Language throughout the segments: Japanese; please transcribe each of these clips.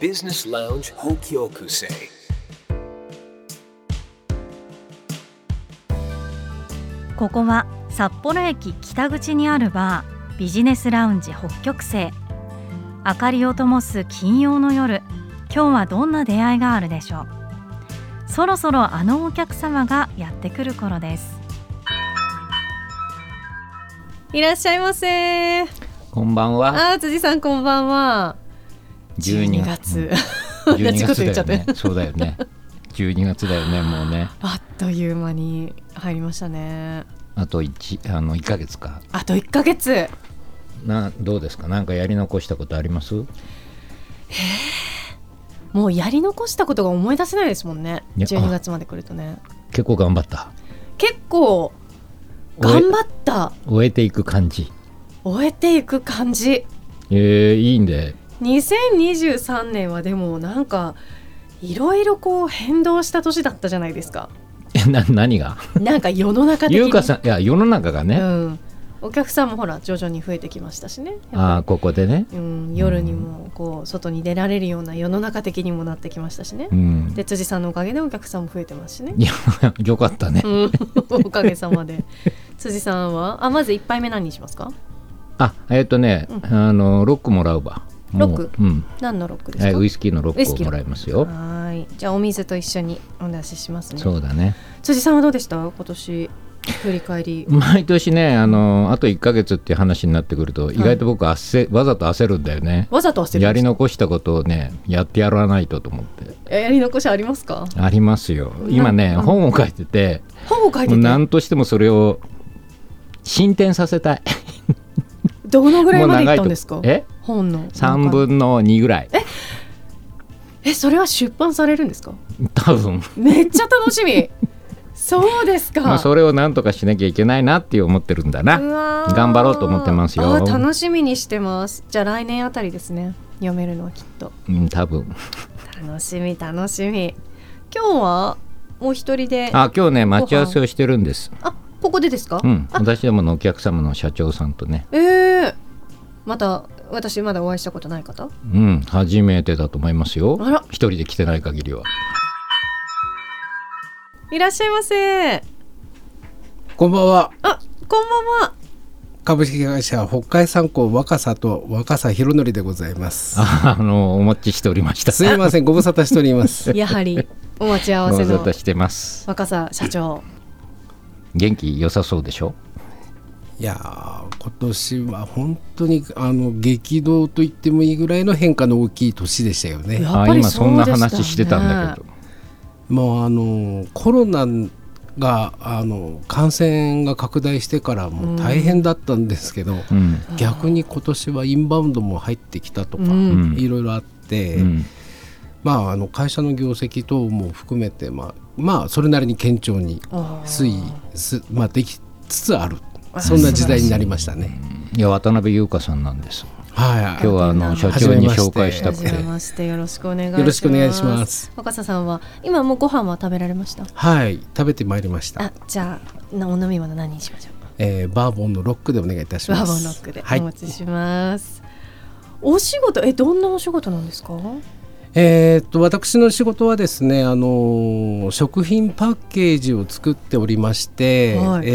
Business Lounge Hokyokusei. ここは札幌駅北口にあるバービジネスラウンジ北極星明かりを灯す金曜の夜今日はどんな出会いがあるでしょうそろそろあのお客様がやってくる頃ですいらっしゃいませこんばんは。あ辻さんこんばんは12月うん。 同じ12こと月言っちゃっだたよね。そうだよね。12月だよね。もうね。あっという間に入りましたねあと一あの一ヶ月か。あと1ヶ月などうですか。なんかやり残したことあります？もうやり残したことが思い出せないですもんねいや12月まで来るとね結構頑張った。結構終頑え張った終えていく感じ。終えていく感じえー、いいんで。 2023年はでもなんかいろいろこう変動した年だったじゃないです かえな何が？なんか世の中的に優香さんいや世の中がうね。ん、お客さんもほら徐々に増えてきましたしねあーここでね。うん、夜にもこう外に出られるような世の中的にもなってきましたしねうん。で辻さんのおかげでお客さんも増えてますしねいや よかったね。うん、おかげさまで。辻さんは、あ、まず一杯目何にしますか。あえっ、とね、うんあのロックもらうわ。もうロックうん。何のロックですはいか。ウイスキーのロウイッスクキーのをもらいますよ。はーい、じゃあ、お水と一緒にお出ししますね。そうだね。辻さんはどうでした、今年。振り返り。毎年ねあのあと1ヶ月っていう話になってくると意外と僕焦、わざと焦るんだよねわざと焦るやんでりすか。残したことをねやってやらないとと思ってえやり残しありますか。ありますよ今ねうん本を書いてて本を書いてもうて。何としてもそれを進展させたいどのぐらいもうまでい長っいたんとですか。え本の。 3。分の2ぐらいえ、それは出版されるんですか。多分、めっちゃ楽しみ。そうですか。まあ、それを何とかしなきゃいけないなって思ってるんだなうわー頑張ろうと思ってますよあー楽しみにしてます。じゃあ、来年あたりですね。読めるのはきっと。うん多分楽しみ楽しみ今日はもう一人でああ今日ね待ち合わせをしてるんですここでですか、うんあ私どものお客様の社長さんとねえー、また私まだお会いしたことない方うん初めてだと思いますよあら一人で来てない限りはいらっしゃいませこんばんは。あこんばんは株式会社北海三高若狭と若狭博則でございます。ああのお待ちしておりましたすいません、ご無沙汰してお ります。やはりお待ち合わごせ無 沙の汰してます若狭社長元気良さそうでしょいやー、今年は本当にあの激動と言ってもいいぐらいの変化の大きい年でしたよね。やっあぱり今そんなそうでしたね話してたんだけどもうあのコロナがあの感染が拡大してからもう大変だったんですけど、うん逆に今年はインバウンドも入ってきたとか、うんうんいろいろあって。うんまあ、あの会社の業績等も含めて、まあ、まあそれなりに堅調にあー推移す、まあ、できつつあるそんな時代になりましたね。いや渡辺優香さんなんですはい、今日はあの社長に紹介しはた痛くじてめましてよろしくお願いしますよろしくお願いします若狭さんは今もうご飯は食べられましたはい、食べてまいりましあた、じゃあなお飲み物何にしましょうえーバーボンのロックでお願いいたしまバす。ーボンロックではいお待ちします、お仕事えどんなお仕事なんですかえーっと私の仕事はですね、あのー食品パッケージを作っておりまして、はい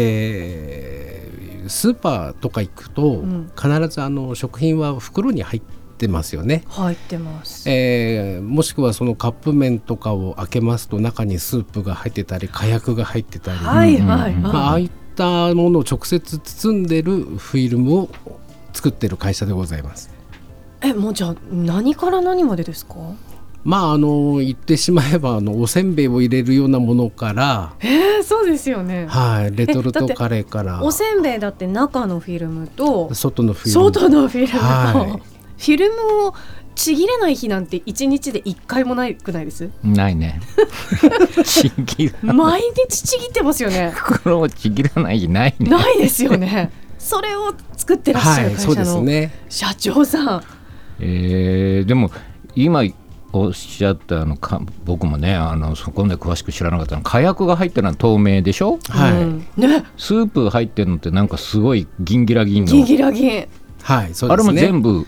えースーパーとか行くと、ん必ずあの食品は袋に入ってますよね。入ってますえーもしくはそのカップ麺とかを開けますと中にスープが入ってたり火薬が入ってたり、はいはいはい、うんうんうんまあ、ああいったものを直接包んでるフィルムを作ってる会社でございます。えもうじゃあ何から何までですかまああの言ってしまえばあのおせんべいを入れるようなものから、えそうですよねはい、レトルだトってカレーからおせんべいだって中のフィルムと外のフィルム外のフィルムと、はいフィルムをちぎれない日なんて一日で一回もないくないですないねちぎら毎日ちぎってますよね袋をちぎらない日ないねないですよねそれを作ってらっしゃはるい、そ会う社ですのね。社長さん、えーでも今おっしゃったあのか僕もねあのそこまで詳しく知らなかったの火薬が入ってるのは透明でしょはい、うんねスープ入ってるのってなんかすごいギンギラギンのギンギラギンはい、そうあでれすもね。全部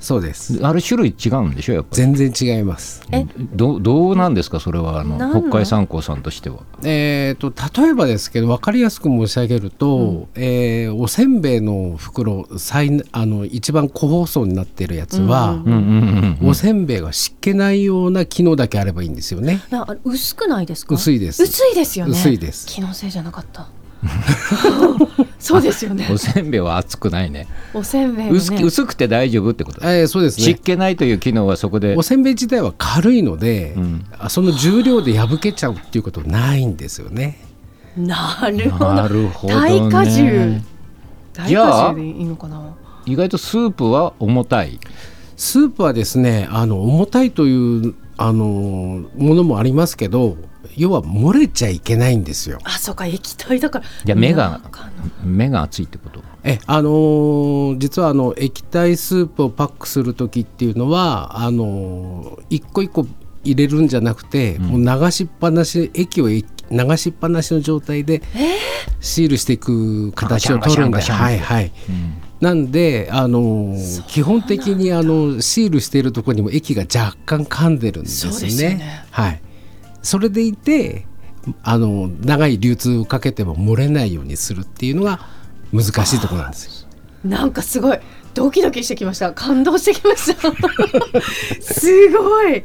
そうですあれ種類違うんでしょやっぱり全然違いますえどどうなんですかそれはあのなんなの北海三高さんとしてはえー、と例えばですけど分かりやすく申し上げると、えーおせんべいの袋最あの一番個包装になってるやつは、うんうんうんうんおせんべいが湿気ないような機能だけあればいいんですよね。いやあれ薄くないですか薄いです薄いですよね薄いです気のせいじゃなかった そうですよねおせんべいは熱くないねおせんべいのね薄く薄くて大丈夫ってことだえーそうですね湿気ないという機能はそこでおせんべい自体は軽いので、んあその重量で破けちゃうっていうことないんですよね。なるほどなるほど、ね、耐荷重大荷じゃあ重でいいのかな意外とスープは重たいスープはですねあの重たいというあのものもありますけど要は漏れちゃいけないんですよ。あそうか液体だからいや目がなんか目が熱いってことえあのー実はあの液体スープをパックする時っていうのはあのー一個一個入れるんじゃなくて、もう流しっぱなし液を液流しっぱなしの状態でシールしていく形を取るんでガシャンガはシャンガシャンいはい、なんで、あのー基本的にあのシールしているところにも液が若干噛んでるんですね。そうですよねはい、それでいてあの長い流通をかけても漏れないようにするっていうのが難しいところなんですよ。なんかすごいドキドキしてきました感動してきました すごい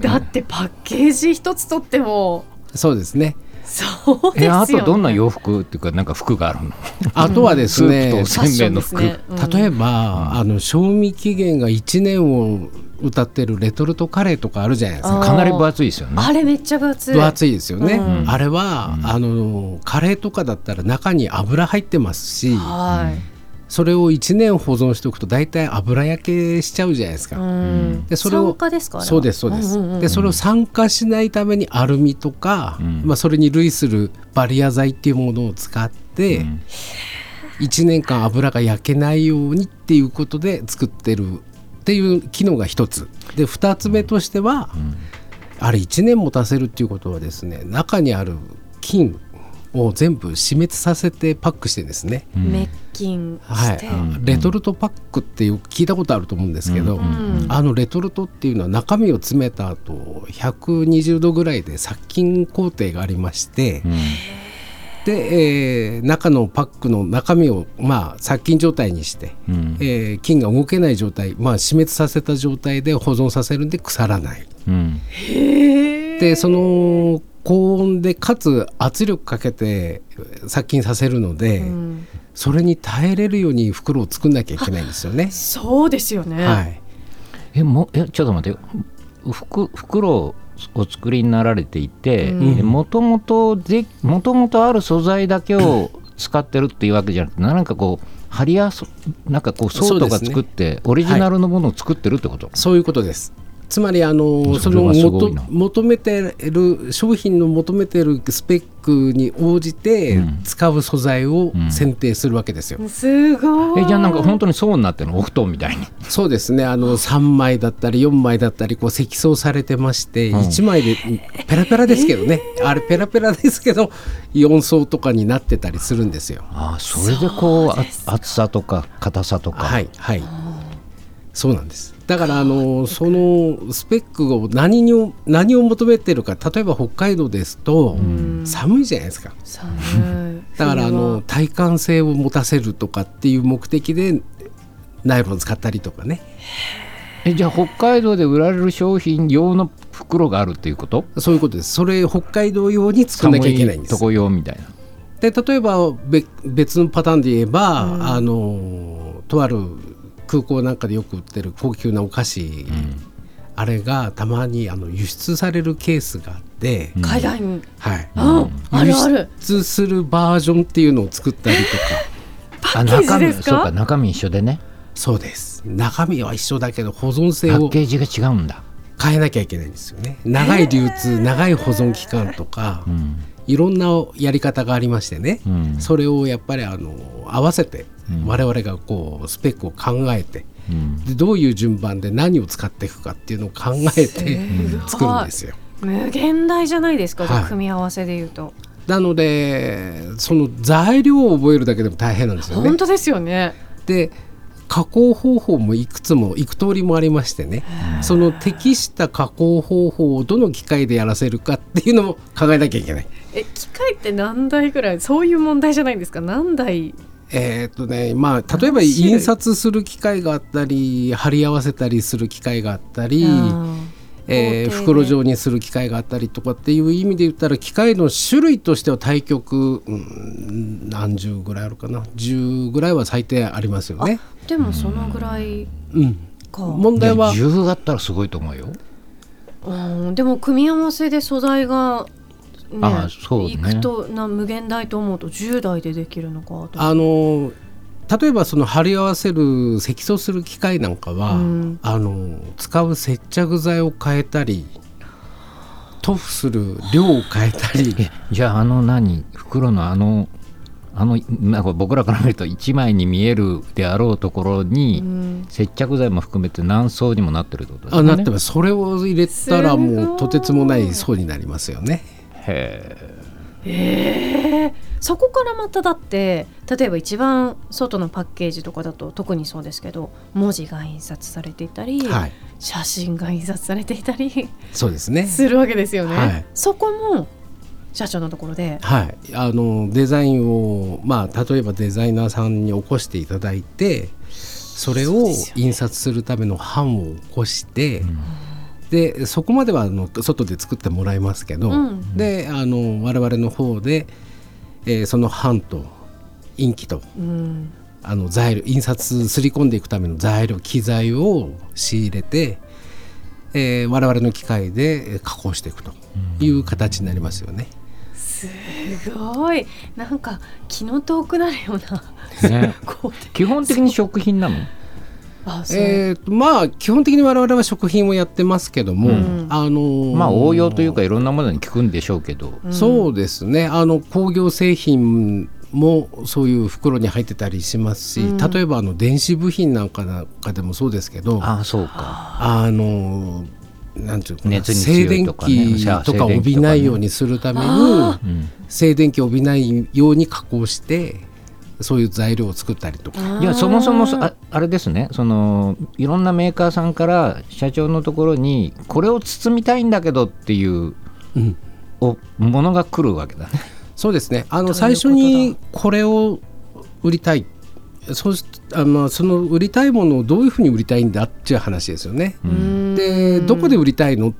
だってパッケージ一つとってもそうですね。そうですえよ、ね、あとどんな洋服っていうかなんか服があるのあとはですスーね、プとおせんべいのファッション服ですね例えば、あの賞味期限が1年を歌ってるレトルトカレーとかあるじゃないですあか。ーかなり分厚いですよねあれめっちゃ分厚い分厚いですよね。うあれは、あのカレーとかだったら中に油入ってますし、はそれを1年保存しておくと大体油焼けしちゃうじゃないですい、か。うん、でそれを酸化ですかあれはそうですそうです、んんんでそれを酸化しないためにアルミとか、うんまあ、それに類するバリア剤っていうものを使って、ん1年間油が焼けないようにっていうことで作ってるっていう機能が一つで2つ目としては、あれ1年持たせるっていうことはですね中にある菌を全部死滅させてパックしてですね、滅菌はしいて、、レトルトパックってよく聞いたことあると思うんですけど、んあのレトルトっていうのは中身を詰めた後120度ぐらいで殺菌工程がありまして、で、えー中のパックの中身を、まあ、殺菌状態にして、うんえー菌が動けない状態、まあ、死滅させた状態で保存させるんで腐らない。うんでその高温でかつ圧力かけて殺菌させるので、うんそれに耐えれるように袋を作んなきゃいけないんですよ ね。そうですよね、はい、えもえちょっと待ってよ服袋をお作りになられていてもともともともとある素材だけを使ってるっていうわけじゃなくてなんかこう貼りやすなんかこう層とかそうですね作って、オリジナルのものを作ってるってこと、そういうことです。つまりあのそそれのはすご求いな求めてる商品の求めてるスペックに応じてうん使う素材をうん選定するわけですよ。すごいえじゃあなんか本当に層になってるのお布団みたいにそうですねあの3枚だったり4枚だったりこう積層されてまして、うん1枚でペラペラですけどね、あれペラペラですけど4層とかになってたりするんですよ。ああそれでこうあ厚さとか硬さとか、はいはい、そうなんですだからあのそのスペックを何にを何を求めてるか例えば北海道ですと寒いじゃないですか寒いだからあの耐寒性を持たせるとかっていう目的でナイロン使ったりとかねえじゃあ北海道で売られる商品用の袋があるっていうことそういうことですそれ北海道用に作んなきゃいけないんですとこ用みたいなで例えばべ別のパターンで言えば、あのとある空港なんかでよく売ってる高級なお菓子、あれがたまにあの輸出されるケースがあって、海外にはい、うん、あるある輸出するバージョンっていうのを作ったりとかあッケージ中身ですかそうか中身一緒でねそうです中身は一緒だけど保存パ性ッをケージが違うんだ変えなきゃいけないんですよね長い流通長い保存期間とか、いろんなやり方がありましてね、うんそれをやっぱりあの合わせて我々がこうスペックを考えて、うんでどういう順番で何を使っていくかっていうのを考えて作るんですよ。無限大じゃないですか、はい組み合わせで言うとなのでその材料を覚えるだけでも大変なんですよね本。当ですよねで加工方法もいくつもいく通りもありましてねその適した加工方法をどの機械でやらせるかっていうのも考えなきゃいけない。え機械って何台ぐらいそういう問題じゃないんですか何台えーっとねまあ、例えば何種類印刷する機械があったり貼り合わせたりする機械があったり、えー工程で袋状にする機械があったりとかっていう意味で言ったら機械の種類としては対局、うん、何十ぐらいあるかな10ぐらいは最低ありますよね。でもそのぐらいうん、か、問題は10あったらすごいと思うよ。うん、でも組み合わせで素材が、ね、あそうねいくとな無限大と思うと10台でできるのかとあの例えばその貼り合わせる積層する機械なんかは、うんあの使う接着剤を変えたり塗布する量を変えたりえじゃああの何袋のあのあのなんか僕らから見ると1枚に見えるであろうところに、うん接着剤も含めて何層にもなってるってことですあね。なってますそれを入れたらもうとてつもない層になりますよね。へそこからまただって例えば一番外のパッケージとかだと特にそうですけど文字が印刷されていたり、はい、写真が印刷されていたりそうですねするわけですよね。はいそこも社長のところで、はい、あのデザインを、まあ、例えばデザイナーさんに起こしていただいてそれを印刷するための版を起こしてで,、そこまではあの外で作ってもらいますけど、うんであの我々の方で、えーその版とインキとうん、あの材料印刷すり込んでいくための材料機材を仕入れて、えー我々の機械でえー加工していくという形になりますよね。すごいなんか気の遠くなるような え、ね 工程基本的に食品なのあそうえーとまあ基本的に我々は食品をやってますけども、うんあのーまあ応用というかいろんなものに効くんでしょうけど、うんそうですねあの工業製品もそういう袋に入ってたりしますし、うん例えばあの電子部品なんかなんかでもそうですけどあああそうかのーなんていうのかな熱に静強い電とかね気とかを静電気とかね帯びないようにするためにあうん静電気を帯びないように加工してそういう材料を作ったりとかあーいやそもそもそああれですねそのいろんなメーカーさんから社長のところにこれを包みたいんだけどっていう、うんおものが来るわけだねそうですね。あどういうことのだ最初にこれを売りたい。そうしあのその売りたいものをどういうふうに売りたいんだっていう話ですよね。うんでどこで売りたいの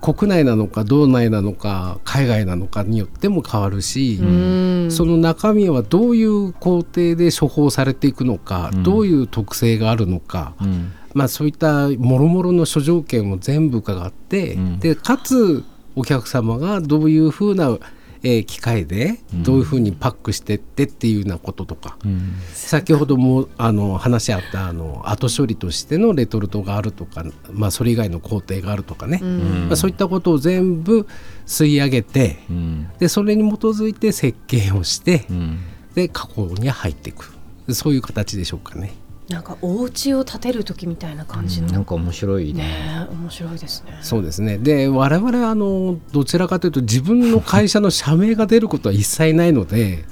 国内なのか道内なのか海外なのかによっても変わるし、うんその中身はどういう工程で処方されていくのか、うんどういう特性があるのか、うんまあ、そういったもろもろの諸条件を全部伺って、うんでかつお客様がどういうふうな、えー機械でうんどういうふうにパックしてってっていうようなこととか、うん先ほどもあの話あったあの後処理としてのレトルトがあるとか、まあ、それ以外の工程があるとかね、うんまあ、そういったことを全部吸い上げてうんでそれに基づいて設計をしてうんで加工に入っていくそういう形でしょうかね。なんかお家を建てる時みたいな感じの、なんか面白いねねえ面白いですね。そうですねで我々あのどちらかというと自分の会社の社名が出ることは一切ないの で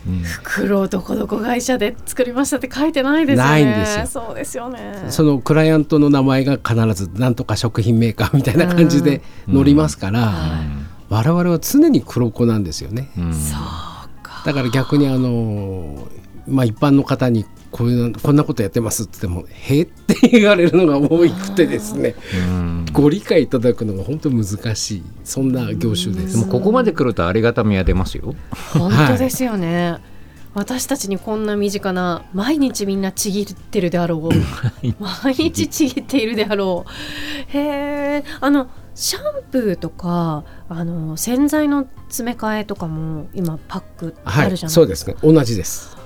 黒どこどこ会社で作りましたって書いてないですよね。ないんですよそうですよね。そのクライアントの名前が必ずなんとか食品メーカーみたいな感じでうん載りますから、は我々は常に黒子なんですよねうんうんそうか。だから逆にあの、まあ、一般の方にこういうこんなことやってますって言っても「へえ」って言われるのが多くてですねうんご理解いただくのが本当難しいそんな業種で。ですもここまで来るとありがたみは出ますよ。本当ですよね。私たちにこんな身近な毎日みんなちぎってるであろう毎日ちぎっているであろうへえあのシャンプーとかあの洗剤の詰め替えとかも今パックあはるい、じゃない、そうですね同じです。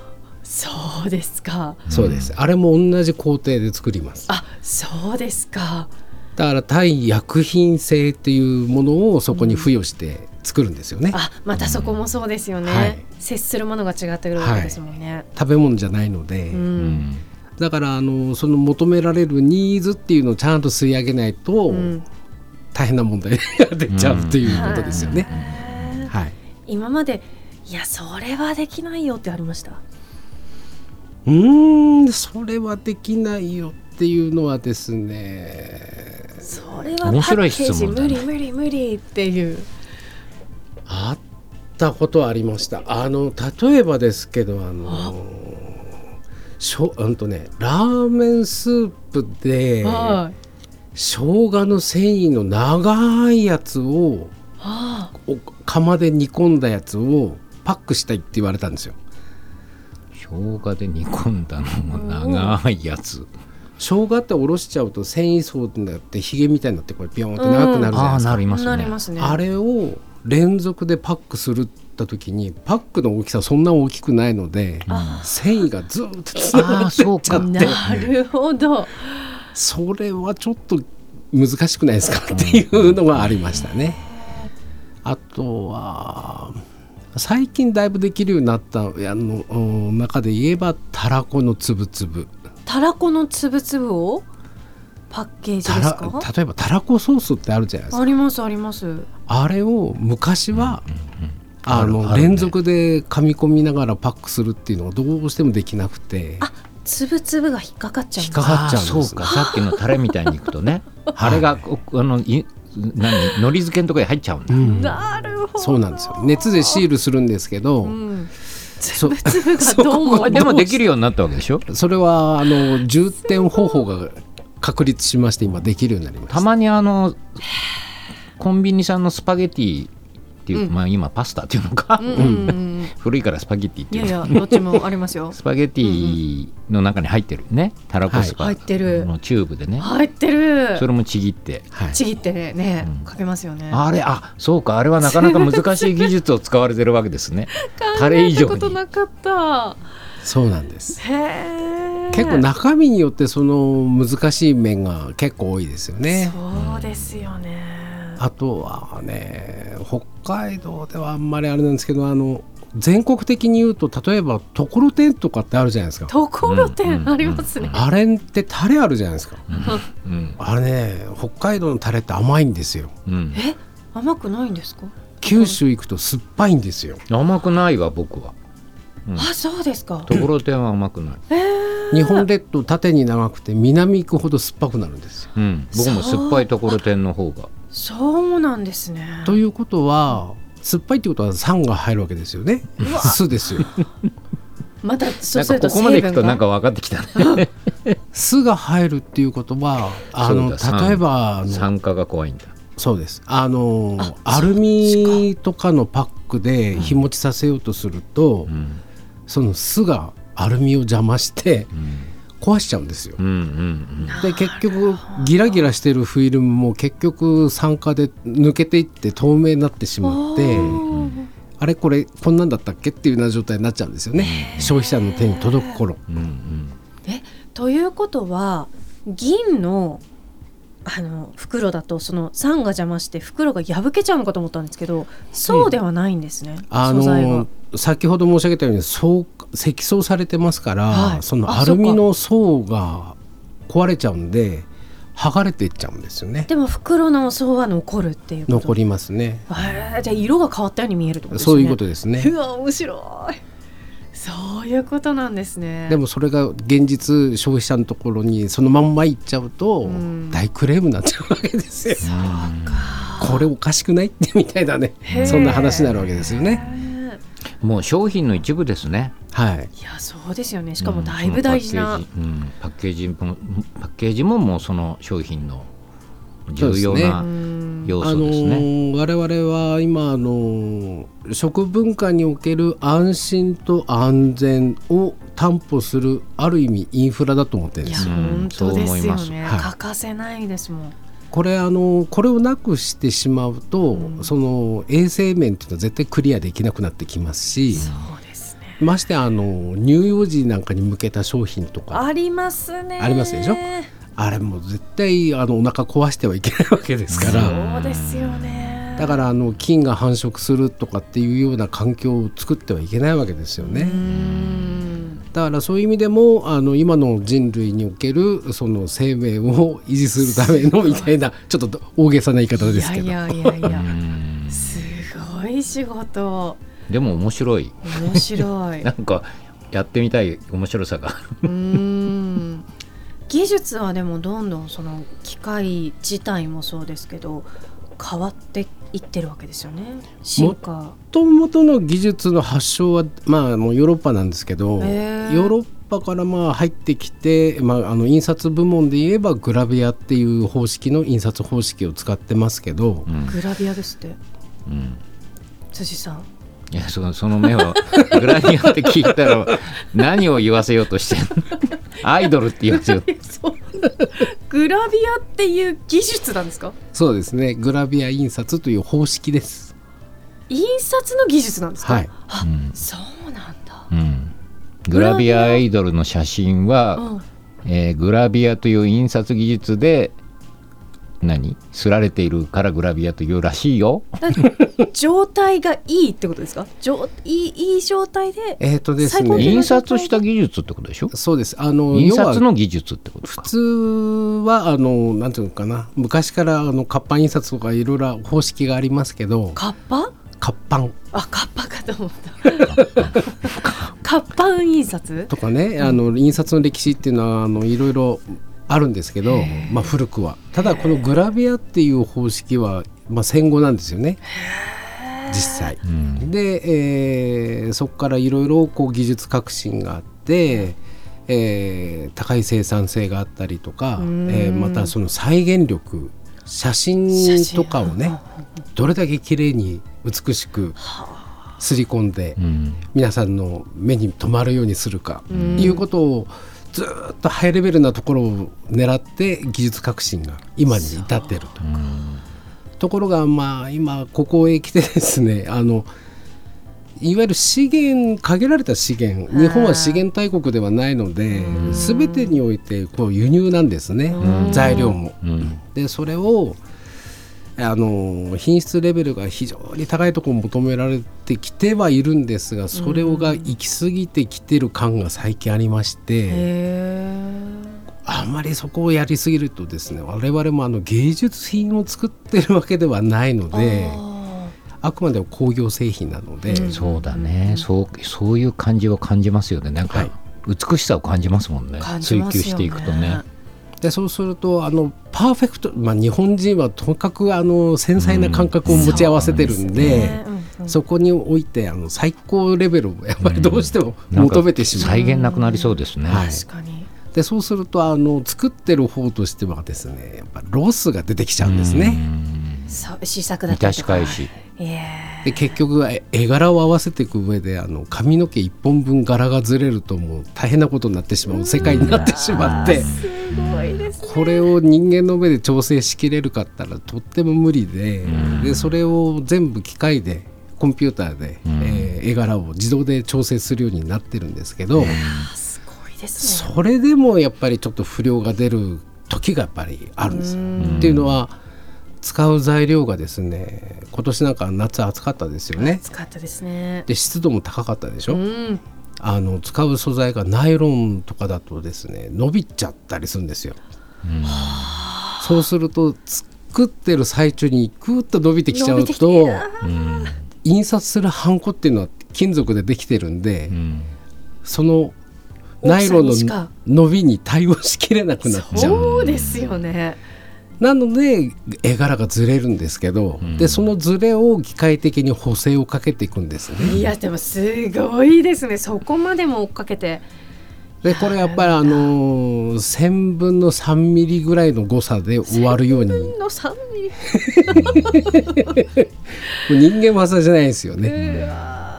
そうですかそうです、あれも同じ工程で作りますあそうですかだから対薬品性っていうものをそこに付与して作るんですよね、あまたそこもそうですよね、はい接するものが違ってくるわけですもんね、食べ物じゃないので、うんうんだからあのその求められるニーズっていうのをちゃんと吸い上げないとうん大変な問題が出ちゃうっていうことですよね、へーはい今までいやそれはできないよってありましたううーんそれはできないよっていうのはですねそれはパ面白いッケー質ジ問だ無ね理無理無理っていうあったことありましたあの例えばですけどああのしょうんとねラーメンスープではい生姜の繊維の長いやつをあお釜で煮込んだやつをパックしたいって言われたんですよ生姜で煮込んだのも長いやつ生姜っておろしちゃうと繊維層になってひげみたいになってこれビヨーンって長くなあるじゃないであすか、なりあますなねりますねあれを連続でパックするった時にパックの大きさそんな大きくないのであ繊維がずーっとつながあっあ てそうかなるほどそれはちょっと難しくないですかっていうのがありましたね。あとは最近だいぶできるようになったあのうん中で言えばたらこのつぶつぶたらこのつぶつぶをパッケージたですらか例えばたらこソースってあるじゃないですかありますありますあれを昔は、ああるのあるね連続で噛み込みながらパックするっていうのがどうしてもできなくてあつぶつぶが引っかかっちゃうん引っですかかっちゃうんあでーすそうかさっきのタレみたいにいく とねあれがこあのい何海苔漬けのところに入っちゃうんだ、うんなるほどそうなんですよ熱でシールするんですけど、うんつそぶつぶがそどうもこあでもできるようになったわけでしょそれはあの重点方法が確立しまして今できるようになりましたたまにあのコンビニさんのスパゲティっていう、うんまあ今パスタっていうのか、うんうんうん古いからスパゲティっていいうやいやどっちもありますよスパゲティの中に入ってるねたらこスパ、はい入ってるのチューブでね入ってそるれもちぎってはい、ちぎってねうんかけますよねあれあそうかあれはなかなか難しい技術を使われてるわけですねタレ以上考えたことになかったそうなんですへえ結構中身によってその難しい面が結構多いですよねそうですよねあとはね北海道ではあんまりあれなんですけどあの全国的に言うと例えばところてんとかってあるじゃないですかところてうんんありますねあれってタレあるじゃないですかうんあれね北海道のタレって甘いんですようんえ甘くないんですか九州行くと酸っぱいんですよ甘くないわ僕はうんあそうですかところてんは甘くない、えー日本列島縦に長くて南行くほど酸っぱくなるんですようん、僕も酸っぱいところてんの方がそうなんですねということは酸っぱいってことは酸が入るわけですよね酢ですよまたそなうんすかるとここまでいく成と分なんがか分かってきたね酢が入るっていうことはあのそうだ例えばあの酸化が怖いんだそうですあのあアルミとかのパックで日持ちさせようとすると、うんその酢がアルミを邪魔してうん壊しちゃうんですようんうんで結局ギラギラしてるフィルムも結局酸化で抜けていって透明になってしまっておーあれこれこんなんだったっけっていうような状態になっちゃうんですよね消費者の手に届く頃うんうんうんということは銀のあの袋だとその酸が邪魔して袋が破けちゃうのかと思ったんですけどそうではないんですね、あ素材がの先ほど申し上げたようにそう積層されてますから、はいそのあアルミの層が壊れちゃうんで剥がれていっちゃうんですよねでも袋の層は残るっていうこと残りますねへーじゃあ色が変わったように見えるってことですねそういうことですねうわ面白いそういうことなんですねでもそれが現実消費者のところにそのまんまいっちゃうと、うん大クレームになっちゃうわけですよそうかこれおかしくない ってみたいなねへーそんな話になるわけですよねねもう商品の一部ですねはいいやそうですよねしかうもんだいぶ大事な、そのパッケージ,、うん、パッケージもパッケージももうその商品の重要なうん要あ素のですねー我々は今、あのー食文化における安心と安全を担保するある意味インフラだと思ってるんいでやすうん本当でそう思すいよますね、はい欠かせないですもんこれ、あのーこれをなくしてしまうと、うんその衛生面っていうのは絶対クリアできなくなってきますしそうですねまして、あのー乳幼児なんかに向けた商品とかありますねありますでしょあれも絶対あのお腹壊してはいけないわけですかそら。うですよねだからあの菌が繁殖するとかっていうような環境を作ってはいけないわけですよね。うんだからそういう意味でもあの今の人類におけるその生命を維持するためのみたいなちょっと大げさな言い方ですけどいやいやいやいうやんすごい仕事でも面白い面白いなんかやってみたい面白さがうーん技術はでもどんどんその機械自体もそうですけど変わっていってるわけですよね進化ともとの技術の発祥は、まあ、もうヨーロッパなんですけど、へーヨーロッパからまあ入ってきて、まあ、あの印刷部門で言えばグラビアっていう方式の印刷方式を使ってますけど、うんグラビアですってうん辻さんいやそのその目はグラニアって聞いたら何を言わせようとしてるアイドルって言わせようえそうグラビアっていう技術なんですかそうですねグラビア印刷という方式です。印刷の技術なんですか、はいあうんそうなんだ、うんグラビアアイドルの写真は、うん、えーグラビアという印刷技術で何すられているからグラビアというらしいよ。状態がいいってことですか状いいいい状態でえーとです最高級ね、印刷した技術ってことでしょそうですあの印刷要はの技術ってこと普か。通はあのなんていうのかな昔からあの活版印刷とかいろいろ方式がありますけどカッパ活版あカッパかと思ったカッパン印刷とかね、あの印刷の歴史っていうのはあのいろいろあるんですけど、まあ、古くはただこのグラビアっていう方式は、まあ、戦後なんですよね実際。うんで、えーそこからいろいろこう技術革新があって、えー高い生産性があったりとか、えんーまたその再現力写真とかをねどれだけ綺麗に美しく刷り込んでうん皆さんの目に留まるようにするかいうことをずーっとハイレベルなところを狙って技術革新が今に至ってると。ところがまあ今ここへ来てですね あのいわゆる資源限られた資源日本は資源大国ではないので全てにおいてこう輸入なんですね材料も。うんでそれをあの品質レベルが非常に高いところを求められてきてはいるんですがそれをが行き過ぎてきてる感が最近ありましてあんまりそこをやりすぎるとですね我々もあの芸術品を作ってるわけではないのであくまでも工業製品なので、そうだねそうそういう感じを感じますよねなんか、はい美しさを感じますもんね感じ追ます求よねしていくとね。でそうするとあのパーフェクト、まあ、日本人はとにかくあの繊細な感覚を持ち合わせてるんで。そこにおいてあの最高レベルをやっぱりどうしてもなんか求めてしまう、再現なくなりそうですね。はい確かにでそうするとあの作ってる方としてはですねやっぱロスが出てきちゃうんですね。そう試作だっ満たたりしとか返し。いえで結局え絵柄を合わせていく上であの髪の毛一本分柄がずれるともう大変なことになってしまう世界になってしまってすごいですこれを人間の目で調整しきれるかったらとっても無理ででそれを全部機械でコンピューターで、えー絵柄を自動で調整するようになってるんですけど。すごいですねそれでもやっぱりちょっと不良が出る時がやっぱりあるんですよ。っていうのは使う材料がですね今年なんか夏暑かったですよね。使ったですねで湿度も高かったでしょ、うんあの使う素材がナイロンとかだとですね伸びちゃったりするんですよ。そうすると作ってる最中にグーッと伸びてきちゃうと印刷するハンコっていうのは金属でできてるんで、うんそのナイロン大きさにしかの伸びに対応しきれなくなっちゃうそうですよねなので絵柄がずれるんですけど、でそのずれを機械的に補正をかけていくんですねいやでもすごいですねそこまでも追っかけてでこれやっぱりあのー1000分の3ミリぐらいの誤差で終わるようにもうの三ミリ人間技じゃないですよね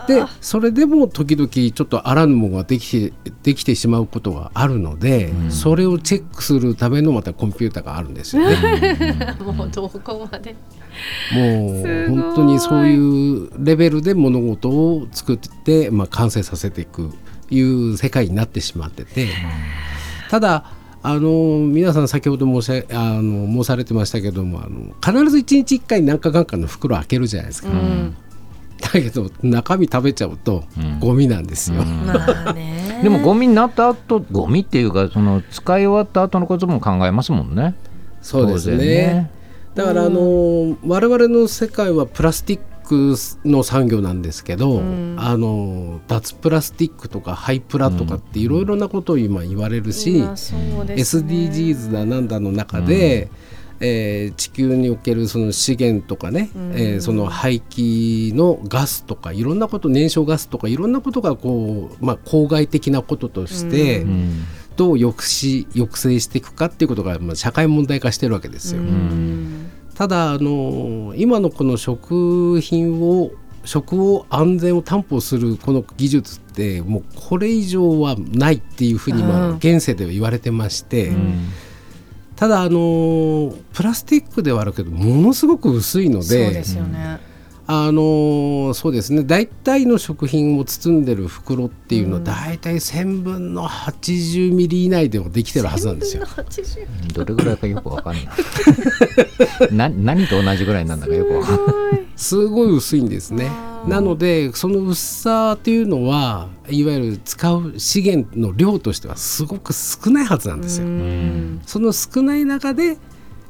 でそれでも時々ちょっとあらぬものができてできてしまうことがあるので、それをチェックするためのまたコンピューターがあるんですよね もうどこまでもすうごい本当にそういうレベルで物事を作って、まあ、完成させていくいう世界になってしまっててただあの皆さん先ほど申しあの申されてましたけどもあの必ず1日1回何かかんかの袋開けるじゃないですか、うんだけど中身食べちゃうとゴミなんですよ、まあねでもゴミになった後ゴミっていうかその使い終わった後のことも考えますもんね。そうですね当然ねだからあの我々の世界はプラスティック服の産業なんですけうど、んあの脱プラスティックとかハイプラとかっていろいろなことを今言われるし、今そうですね SDGs だなんだの中で、えー地球におけるその資源とかね、うんえーその排気のガスとかいろんなこと燃焼ガスとかいろんなことがこう、まあ、公害的なこととして、うんどう抑止抑制していくかっていうことが、まあ、社会問題化してるわけですよ。うんただあの今のこの食品を食を安全を担保するこの技術ってもうこれ以上はないっていうふうにまうんあ現世では言われてまして、うんただあのプラスチックではあるけどものすごく薄いのそうでですよね、あのそうですね大体の食品を包んでる袋っていうのは大体1000分の80ミリ以内でもできてるはずなんですよ。 80どれぐらいか よくわかんないな何と同じぐらいなんだかよくわかんないすごい薄いんですね。なのでその薄さっていうのはいわゆる使う資源の量としてはすごく少ないはずなんですよ。うんその少ない中で、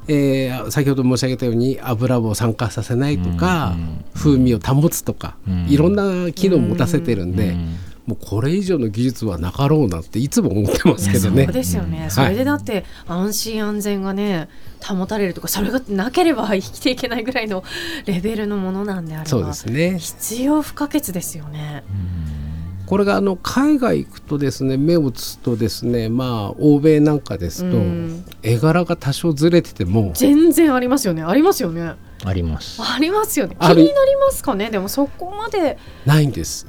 えー先ほど申し上げたように油を酸化させないとか、うん風味を保つとか、うんいろんな機能を持たせてるんで、うんもうこれ以上の技術はなかろうなっていつも思ってますけどねそう。ですよね、それでだって安心安全がね保たれるとかそれがなければ生きていけないぐらいのレベルのものなんであれそうでばすね必要不可欠ですよね。これがあの海外行くとですね目を移すとですねまあ欧米なんかですと、うん絵柄が多少ずれてても全然ありますよねありますよねありますありますよね気あるになりますかねでもそこまでないんです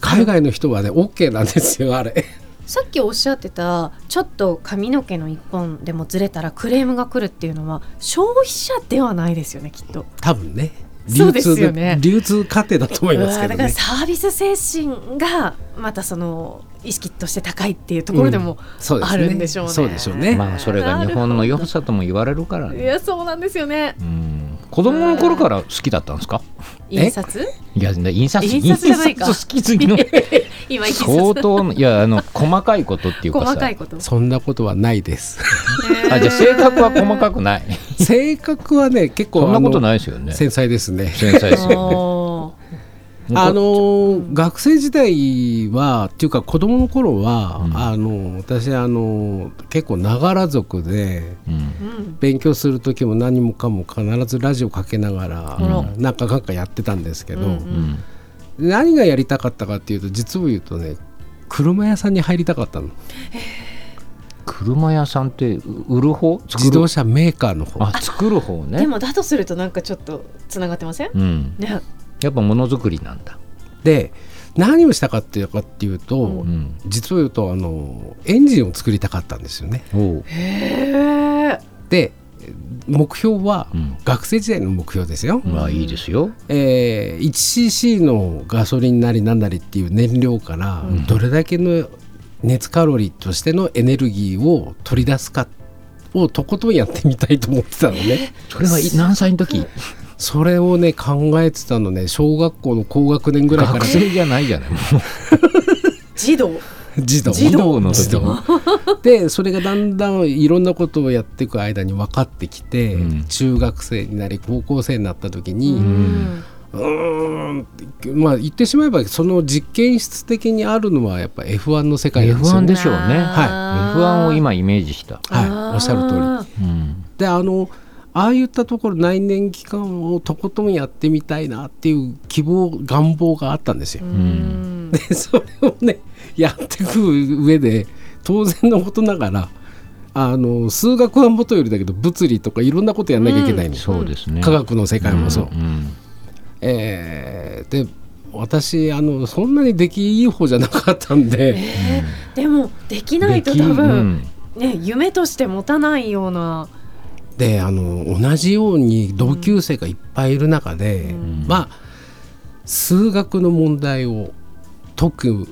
海外の人はね OK なんですよあれ さっきおっしゃってたちょっと髪の毛の一本でもずれたらクレームが来るっていうのは消費者ではないですよねきっと。多分ねそう流で通すでよね流通過程だと思いますうわけだどからねサービス精神がまたその意識として高いっていうところでも、そうですあるんでしょうねそうでしょうね、まあそれが日本の良さとも言われるからいねやそうなんですよねうん子供の頃から好きだったんですか印刷いやね印刷印刷じゃないか印刷好きすぎの 今印刷相当いやあの細かいことっていうか細かさいことそんなことはないです あじゃあ性格は細かくない性格はね結構そんなこといないですよね繊繊 細ですね細ですよねよあのー学生時代はっていうか子供の頃は、うんあのー私あのー結構ながら族でうんうん勉強する時も何もかも必ずラジオかけながら、あらなんかなんかやってたんですけど、うんうんうん何がやりたかったかっていうと実を言うとね車屋さんに入りたかったの車屋さんって売る方作る自動車メーカーの方あ作る方ねでもだとするとなんかちょっとつながってません、うん、ねやっぱものづくりなんだ、で何をしたかっていうかっていうと、ううん、実を言うとあのエンジンを作りたかったんですよねおう、へえで目標は、うん学生時代の目標ですよ、まあいいですよえー 1cc のガソリンなりなんなりっていう燃料から、うんどれだけの熱カロリーとしてのエネルギーを取り出すかをとことんやってみたいと思ってたのね。それはい何歳の時それをね考えてたのね小学校の高学年ぐらいから学生じゃないじゃないも児童児童う児童の時児童でそれがだんだんいろんなことをやっていく間に分かってきて、うん中学生になり高校生になった時に、うんうーんってまあ言ってしまえばその実験室的にあるのはやっぱ F1 の世界なんですよ F1 ね。でしょうねあー F1 を今イメージした、はい、おっしゃる通りあーうんであのああいったところ内燃機関をとことんやってみたいなっていう希望願望があったんですよう。んんでそれをねやっていく上で当然のことながらあの数学はもとよりだけど物理とかいろんなことやんなきゃいけないの、そうですね科学の世界もそう。んえーで私あのそんなに出来いい方じゃなかったんで。えーでもできうんないとでき多う分、んね夢として持たないようなであの同じように同級生がいっぱいいる中で、うんまあ数学の問題を解く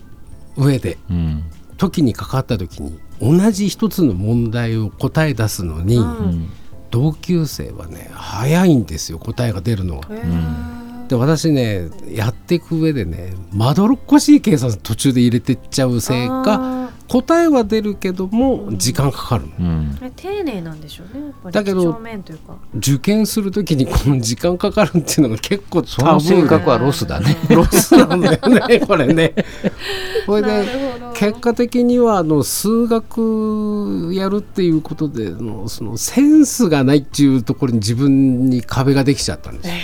上でうん解きにかかった時に同じ一つの問題を答え出すのに、うんうん同級生はね早いんですよ答えが出るのが。へーで私ねやっていく上でねまどろっこしい計算途中で入れてっちゃうせいかあー答えは出るけども時間かかるのうん丁寧なんでしょうねやっぱりだけど正面というか受験するときにこの時間かかるっていうのが結構そ多の性分格はロスだね。ロスなんだよね これね。これなでるほど結果的にはあの数学やるっていうことであのそのセンスがないっていうところに自分に壁ができちゃったんですよ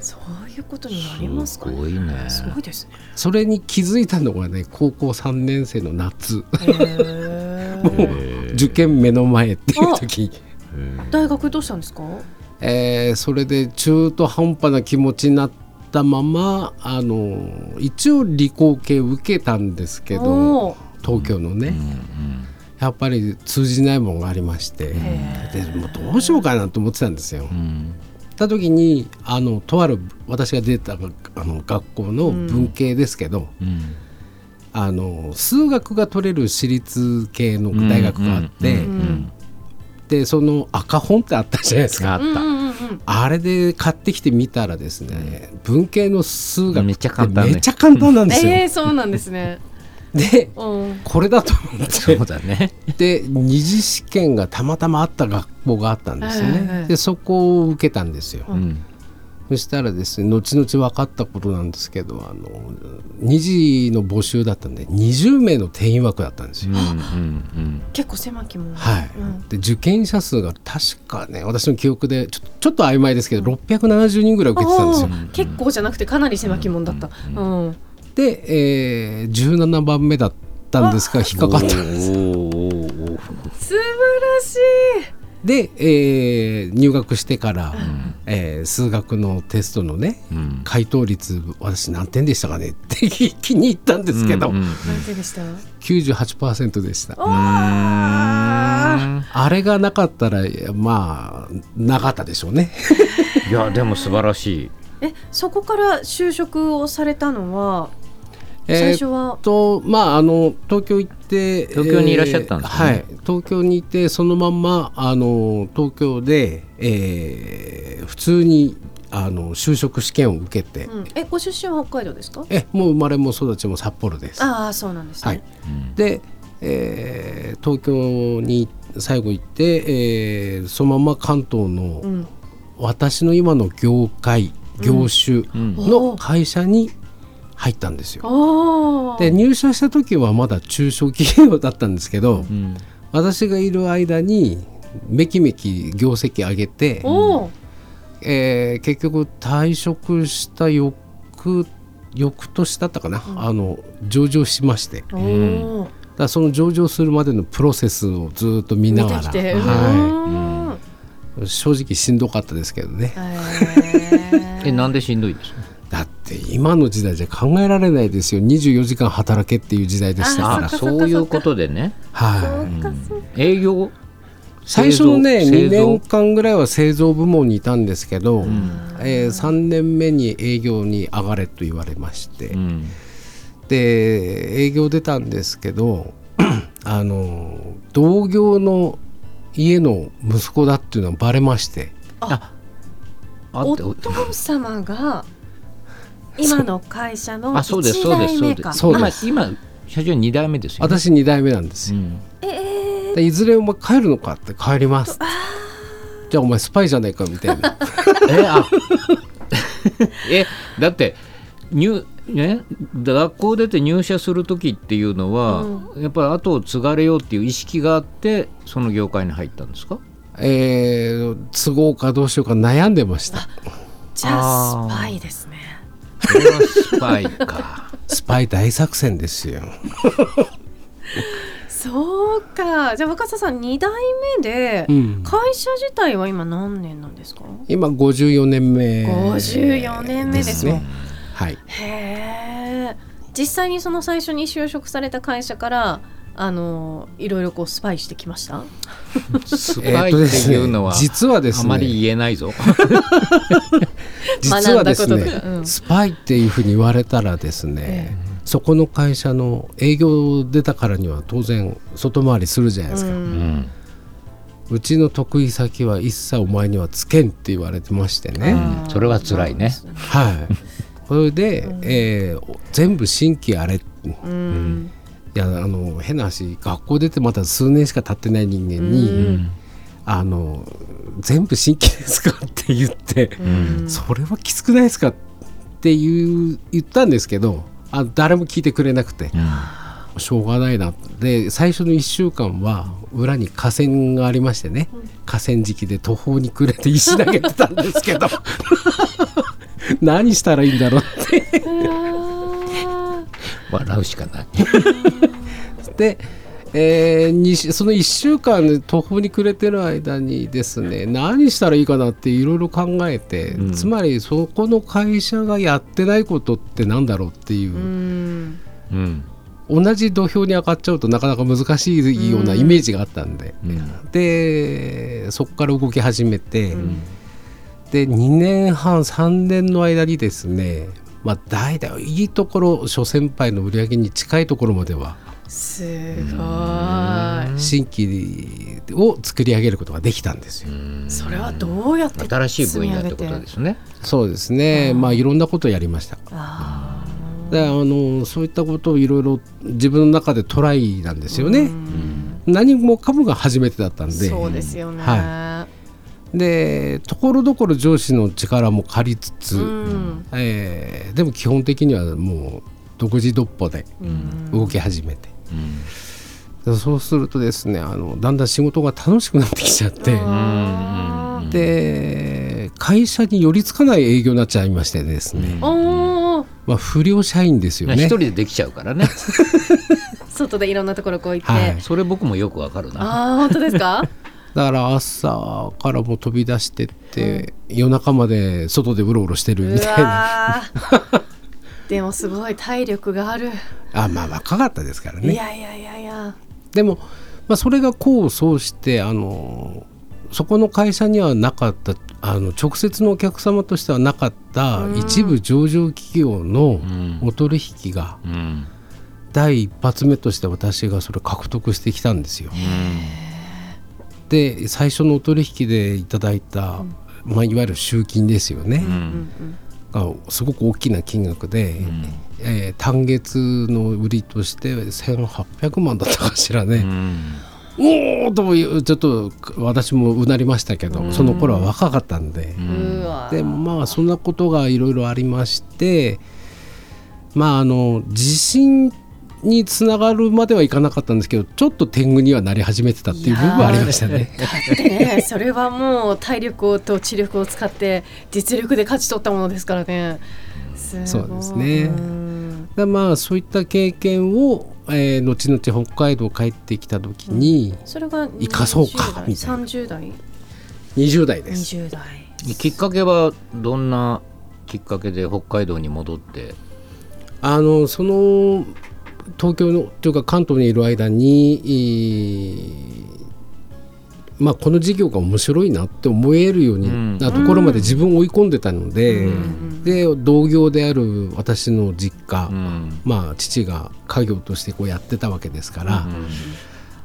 そういうことになりますかねすごいねすごいですねそれに気づいたのがね高校3年生の夏へえ 受験目の前っていう時、 大学どうしたんですかえーそれで中途半端な気持ちになったままあの一応理工系受けたんですけどおー東京のね、やっぱり通じないもんがありましてでもうどうしようかなと思ってたんですよ。うんた時にあのとある私が出たあの学校の文系ですけど、うんあの数学が取れる私立系の大学があって、うんうんでその赤本ってあったじゃないですか。があっうんうた。んうんあれで買ってきてみたらですね、文系の数学ってめっちゃ簡単ねめっちゃ簡単なんですよ。えー、そうなんですね。 でうん。これだと思ってそうだ ね。で二次試験がたまたまあった学校があったんですよね、はいはいはいでそこを受けたんですよ、うんそしたらですね後々分かったことなんですけどあの2次の募集だったんで20名の定員枠だったんですうよ、んうん結構狭きもん。はい、うんで受験者数が確かね私の記憶でちょちょっと曖昧ですけど670人ぐらい受けてたんですよ、おー結構じゃなくてかなり狭きもんだった。うん。で、えー17番目だったんですが引っかかったんです素晴らしい。で、えー入学してから、えー数学のテストのねうんうん。回答率私何点でしたかね って気に入ったんですけど、うんうんうんなんてでした。 98%でしたうんあれがなかったらいやまあなかったでしょうねいやでも素晴らしい。え、そこから就職をされたのは最初は。えーっとまああの東京行って東京にいらっしゃったんですねえーはい東京にいてそのまんまあの東京で、えー普通にあの就職試験を受けて、うん。え、ご出身は北海道ですか。えもう生まれも育ちも札幌ですああ、そうなんですはいね。、で、えー東京に最後行って、えーそのまま関東の、うん。私の今の業界業種の会社に入ったんですよ。おお。で入社した時はまだ中小企業だったんですけど、うん私がいる間にめきめき業績上げて、おお。えー結局退職した翌翌年だったかな、あの上場しましてだかおお。らその上場するまでのプロセスをずっと見な見がてらきて。はうんい、正直しんどかったですけどね。へーえなんでしんどいんですか。だって今の時代じゃ考えられないですよ24時間働けっていう時代でしたあかあらそっかそういうことでね。はい、営業最初のね製2造年間ぐらいは製造部門にいたんですけど、え3年目に営業に上がれと言われまして、うんで営業出たんですけど あの同業の家の息子だっていうのはバレましてあおって父様が今の会社のあそうです1そうです代そう目でかす。そうです今今社長二代目ですよね。私2代目なんですうよ、んでいずれお前帰るのかって帰りますじゃあお前スパイじゃないかみた いなえあえだって入ね、学校出て入社する時っていうのは、やっぱり後を継がれようっていう意識があってその業界に入ったんですかえー、都合かどうしようか悩んで ましたじゃああースパイですねそれはスパイかスパイ大作戦ですよそうかじゃあ若狭さん2代目でうん会社自体は今何年なんですか、今54年目54年目ですねはいへえ実際にその最初に就職された会社からあのいろいろこうスパイしてきました スえパイっっとてですいうねのは、実はですねあまり言えないぞ実はです ね学んだこととかうんスパイっていうふうに言われたらですね、そこの会社の営業出たからには当然外回りするじゃないですか、ううんちの得意先は一切お前にはつけんって言われてましてね、うんそれは辛いねはいそれで、えー全部新規あれうんいやあの変な話学校出てまだ数年しか経ってない人間に、うんあの全部新規ですかって言って、うんそれはきつくないですかって言う言ったんですけどあ誰も聞いてくれなくてしょうがないなで最初の1週間は裏に河川がありましてね河川敷で途方に暮れて石投げてたんですけど 何したらいいんだろうって笑うしかない。で、えーにしその1週間で途方に暮れてる間にですね何したらいいかなっていろいろ考えて、うんつまりそこの会社がやってないことってなんだろうっていうう、んうん同じ土俵に上がっちゃうとなかなか難しいようなイメージがあったんで、うんでそこから動き始めて、うんで2年半3年の間にですねまあ大体いいところ諸先輩の売り上げに近いところまではすご新規を作り上げることができたんですよ。いそれはどうやって新しい分野ってことですすね。そうですね、まあいろんなことをやりました。あであのそういったことをいろいろ自分の中でトライなんですよーね。うん何もかもが初めてだったんでそうですよねはでところどころ上司の力も借りつつ、うんえーでも基本的にはもう独自独歩で動き始めて、でそうするとですねあのだんだん仕事が楽しくなってきちゃって。あーで会社に寄りつかない営業になっちゃいましてですね、おーまあ、不良社員ですよ一ね人でできちゃうからね。外でいろんなところこう行って、はいそれ僕もよくわかるな。ああ本当ですかだから朝からもう飛び出してって、夜中まで外でうろうろしてるうみたいなわーでもすごい体力がある、あまあ若かったですからいねやいやいやいやでも、まあ、それが功を奏してあのそこの会社にはなかったあの直接のお客様としてはなかった一部上場企業のんお取引がうん第一発目として私がそれ獲得してきたんですよ。で最初のお取引でいただいた、まあ、いわゆる集金ですよね、がすごく大きな金額で、えー単月の売りとして1800万だったかしらね、おおとも言うちょっと私もうなりましたけど、その頃は若かったんで。うわでまあそんなことがいろいろありましてまああの自信につながるまではいかなかったんですけどちょっと天狗にはなり始めてたっていう部分はありましたね。 でねそれはもう体力をと知力を使って実力で勝ち取ったものですからねすごいそうですねうんでまあそういった経験を、えー後々北海道帰ってきた時にそれが生かそうかみたいな30代20代です。 20代きっかけはどんなきっかけで北海道に戻って。あのその東京のというか関東にいる間に、えーまあ、この事業が面白いなって思えるよううんになところまで自分を追い込んでたので、んで同業である私の実家、うんまあ、父が家業としてこうやってたわけですから、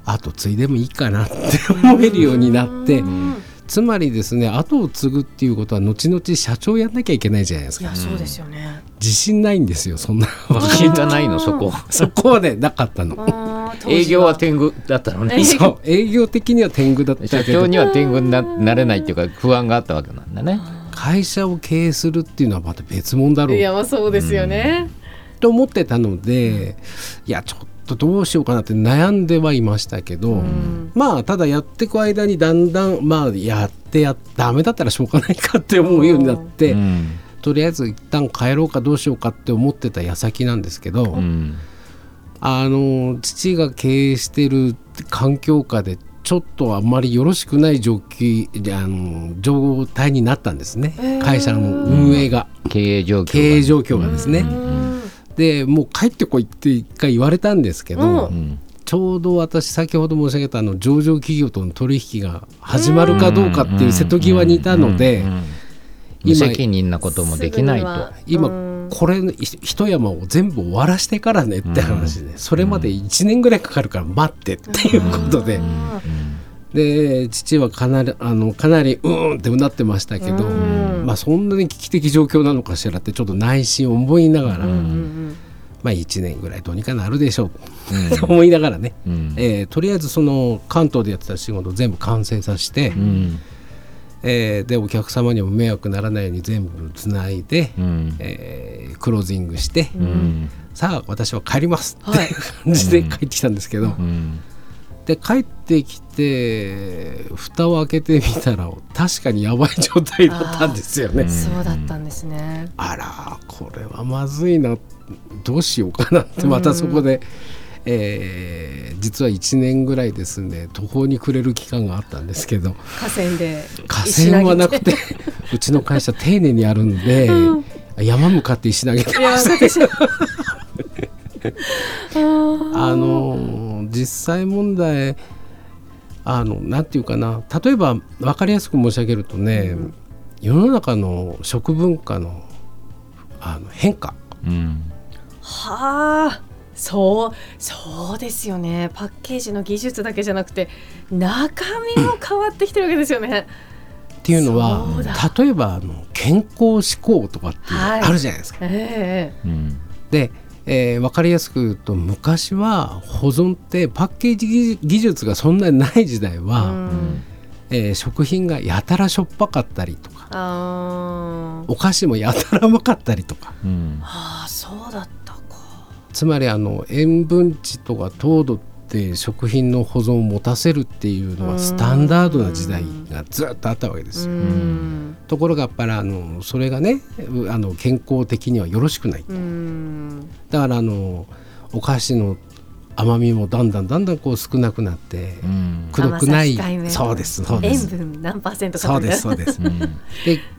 あと継いでもいいかなって思えるようになって、うんつまりですね後を継ぐっていうことは後々社長やんなきゃいけないじゃないですいかやそうですよ ね自信ないんですよそんな 自信がないのそこ。そこはねなかったの。あー当時営業は天狗だったのね。そう 営業的には天狗だった社け長どには天狗にななれないっていうか不安があったわけなんだね。会社を経営するっていうのはまた別物だろいうやまあそうですよね、と思ってたのでいやちょっとどうしようかなって悩んではいましたけど、んまあただやっていく間にだんだんまあやってやっダメだったらしょうがないかって思うようになって、うんとりあえず一旦帰ろうかどうしようかって思ってた矢先なんですけど、うんあの父が経営してる環境下でちょっとあんまりよろしくない状況あの状態になったんですね会社の運営が、経営状況が経営状況がですね、うんでもう帰ってこいって一回言われたんですけど、ううんちょうど私先ほど申し上げたあの上場企業との取引が始まるかどうかっていう瀬戸際にいたので、うんうん無今責任なこともできないと。今これのひ一山を全部終わらしてからねって話で、それまで1年ぐらいかかるから待ってっていうことで、で父はかなりあのかなりうーんってうなってましたけど、まあ、そんなに危機的状況なのかしらってちょっと内心思いながら、うんまあ1年ぐらいどうにかなるでしょう、と 思いながらね、うんえーとりあえずその関東でやってた仕事を全部完成させて、うんえーでお客様にも迷惑ならないように全部つないで、うんえークロージングして、うんさあ私は帰りますって、はい感じで帰ってきたんですけど、うんで帰ってきて蓋を開けてみたら確かにやばい状態だったんですよね。そうだったんですね。あらこれはまずいなどうしようかなってまたそこで、えー実は1年ぐらいですんで途方に暮れる期間があったんですけど河川で河石投川げはなくてうちの会社丁寧にやるんで、山向かって石投げていやました私あーあのー実際問題あのなんていうかな例えば分かりやすく申し上げるとね、世の中の食文化のあの変化うんはあそうそうですよねパッケージの技術だけじゃなくて中身も変わってきてるわけですよね。っていうのはそうだ例えばあの健康志向とかっていうのはいあるじゃないですか。えうんで、え分かりやすく言うと昔は保存ってパッケージ技技術がそんなにない時代えうは、ん、えー食品がやたらしょっぱかったりとかあーお菓子もやたらうまかったりとかうんあーそうだったか。つまりあの塩分値とか糖度って食品の保存を持たせるっていうのうはんスタンダードな時代がずっとあったわけですうよ。んところがやっぱりあのそれがねうあの健康的にはよろしくない。うんだからあのお菓子の甘みもだんだんだんだんこう少なくなってうんくどくな甘さ控えめいそうですそうで塩す分何パーセントかそうですみそうです。うんで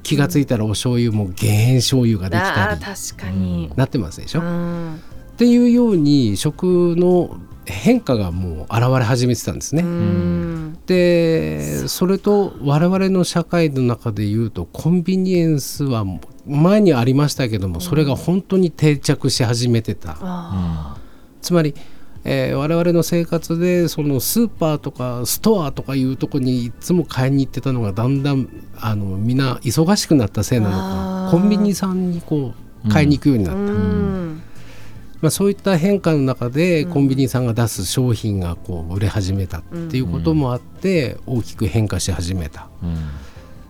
気がついたらお醤油も減塩醤油がたでいきなたありー確かに。なってますでしょ。うんっていうように食の変化がもう現れ始めてたんですね。うんでそれと我々の社会の中でいうとコンビニエンスは前にありましたけどもそれが本当に定着し始めてた、あつまり、えー我々の生活でそのスーパーとかストアとかいうとこにいつも買いに行ってたのがだんだんあのみんな忙しくなったせいなのあーかコンビニさんにこう買いに行くようにーなった、うんまあ、そういった変化の中でコンビニさんが出す商品がこう売れ始めたっていうこともあって大きく変化し始めた。うん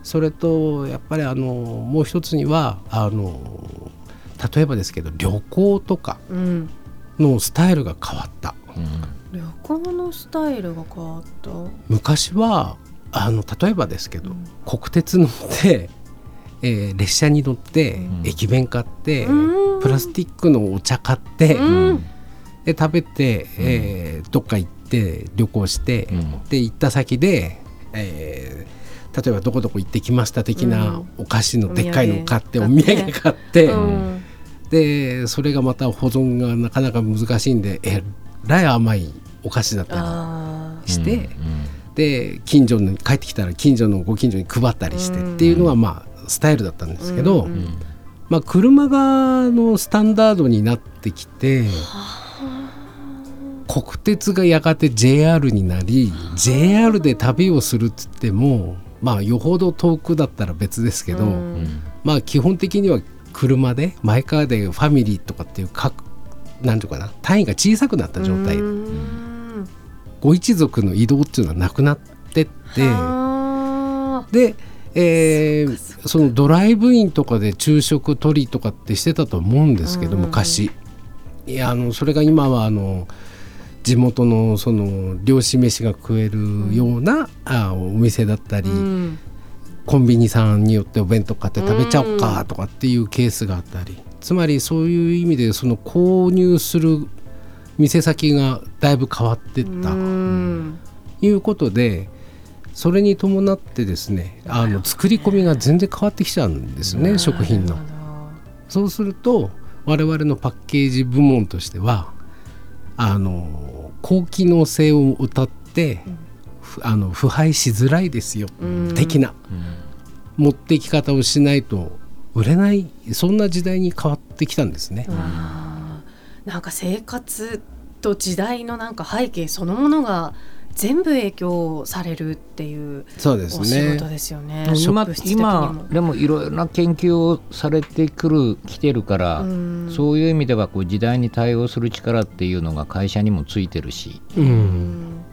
それとやっぱりあのもう一つにはあの例えばですけど旅行とかうんのスタイルが変わった旅行のスタイルが変わった。昔はあの例えばですけど国鉄乗って、えー列車に乗って、駅弁買ってうんプラスチックのお茶買って、うんで食べて、えーどっか行って旅行して、んで行った先で、えー例えばどこどこ行ってきました的なお菓子のでっかいのを買って、おお土産土産買って、うんでそれがまた保存がなかなか難しいんでえらい甘いお菓子だったありして、うんで近所に帰ってきたら近所のご近所に配ったりしてっていうのがまあスタイルだったんですけど、うんまあ、車がのスタンダードになってきて国鉄がやがて JR になり JR で旅をするっつってもまあよほど遠くだったら別ですけーど、うんまあ基本的には車でマイカーでファミリーとかっていう各なんていうかな単位が小さくなった状態、うんご一族の移動っていうのはなくなってって。あで、えーそのドライブインとかで昼食取りとかってしてたと思うんですけど、うん昔いやあのそれが今はあの地元のその漁師飯が食えるような、あお店だったり、ーうんコンビニさんによってお弁当買って食べちゃおっかとかっていうケースがあったり、つまりそういう意味でその購入する店先がだいぶ変わってった。うんいうことでそれに伴ってですねあの作り込みが全然変わってきちゃうんですね食品のなる。ほそうすると我々のパッケージ部門としてはあの高機能性を謳って、ふあの腐敗しづらいですようん的な、持っていき方をしないと売れないそんな時代に変わってきたんですね。どわーなんか生活と時代のなんか背景そのものが全部影響されるっていうそうでおす仕ね事ですよね。今物質的にも今でもいろいろな研究をされてくる来てるから、うんそういう意味ではこう時代に対応する力っていうのが会社にもついてるしうん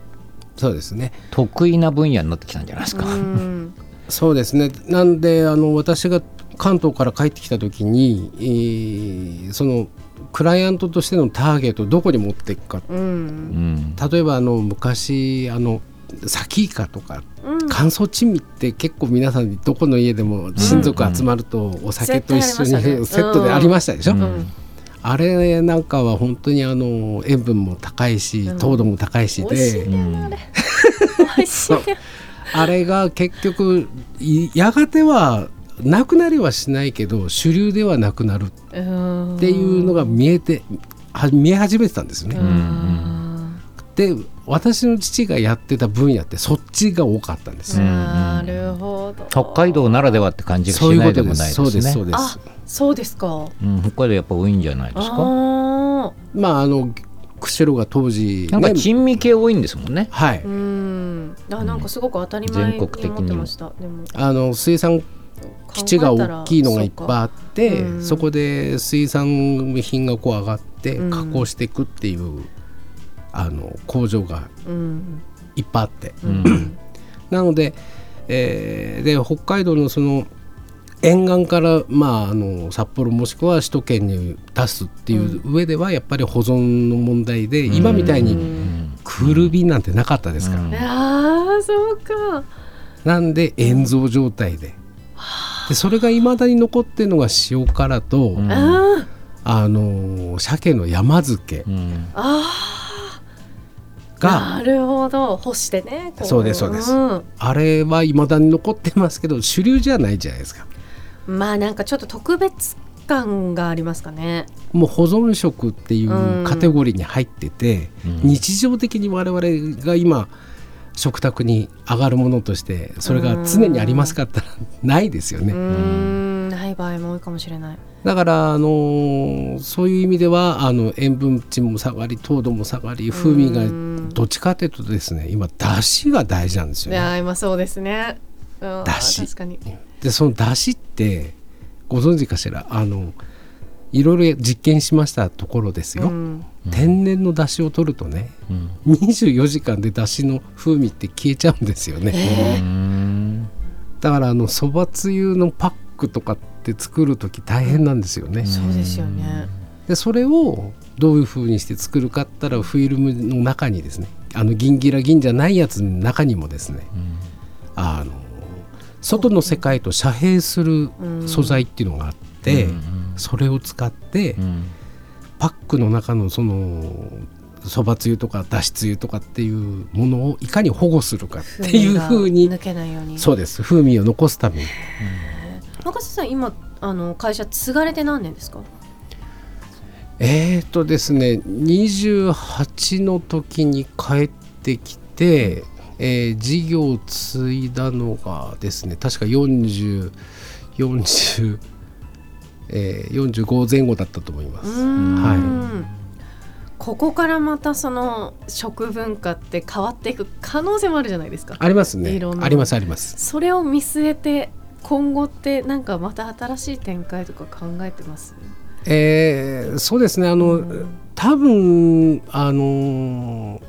そうですね得意な分野になってきたんじゃないですか。うんそうですねなんであの私が関東から帰ってきた時に、えーそのクライアントとしてのターゲットをどこに持っていくかうんうん例えばあの昔あのサキイカとかうん乾燥珍味って結構皆さんどこの家でも親族集まるとお酒と一緒に絶対ありましたね セットでありましたでしょ、うんあれなんかは本当にあの塩分も高いしうん糖度も高いし美味しいで、んだよねあれ。美味しいんだよ。あれが結局いやがてはなくなりはしないけど主流ではなくなるっっていうのが見えては見え始めてたんですよね。で私の父がやってた分野ってそっちが多かったんですよ。なるほど。北海道ならではって感じがそうしいうなこいでともでないです。そうすです。そうね。ですあ。、そうですか。うん北海道やっぱ多いんじゃないですか。あまああの釧路が当時なんかね珍味系多いんですもんね。はあ、いうん。あ、なんかすごく当たり前に思全国的にってました。でもあの水産基地が大きいのがいっぱいあっそうてそ,、かうんこで水産品がこう上がってうん加工していくっていう、あの工場がい。うん。いっぱいあってうん。なので,、えーで北海道のその沿岸から、まあ、あの札幌もしくは首都圏に出すっていう上ではやっぱり保存の問題で、今みたいうにんクール便なんてなかったですから、うんああ、そうか。なんで塩蔵状態ででそれがいまだに残ってるのが塩辛と、んああのー鮭の山漬けうんあー。が、なるほど。干してね。こそうですそうですんあれはいまだに残ってますけど主流じゃないじゃないですかまあなんかちょっと特別感がありますかね。もう保存食っていうんうカテゴリーに入ってて、日常的に我々が今食卓に上がるものとしてそれが常にありますかって言ったらないですようね、ーん。ない場合も多いかもしれない。だから、あのーそういう意味ではあの塩分値も下がり糖度も下がり風味がうんどっちかというとですね今出汁が大事なんですいよね。やー今そうですね。うんだし確かに。でその出汁ってご存知かしらあのいろいろ実験しましたところですうよ、ん天然の出汁を取るとねうん24時間で出汁の風味って消えちゃうんですよねえうんだからあのそばつゆのパックとかって作る時大変なんですよね、ー、そうですよね。でそれをどういう風にして作るかって言ったらフィルムの中にですねあの銀ギラ銀じゃないやつの中にもですねあの外の世界と遮蔽する素材っていうのがあって、それを使ってうんパックの中のそのそばつゆとかだしつゆとかっていうものをいかに保護するかっていう風風味がに抜けないように。そうです風味を残すために若狭さん今あの会社継がれて何年ですか？えー、とですね28の時に帰ってきて、えー事業を継いだのがですね確か4040、40えー、45前後だったと思いまうす。ーんはここからまたその食文化って変わっていく可能性もあるじゃないですか。ありますねいろんなありますあります。それを見据えて今後ってなんかまた新しい展開とか考えてます？えーそうですねあの、うん多分あの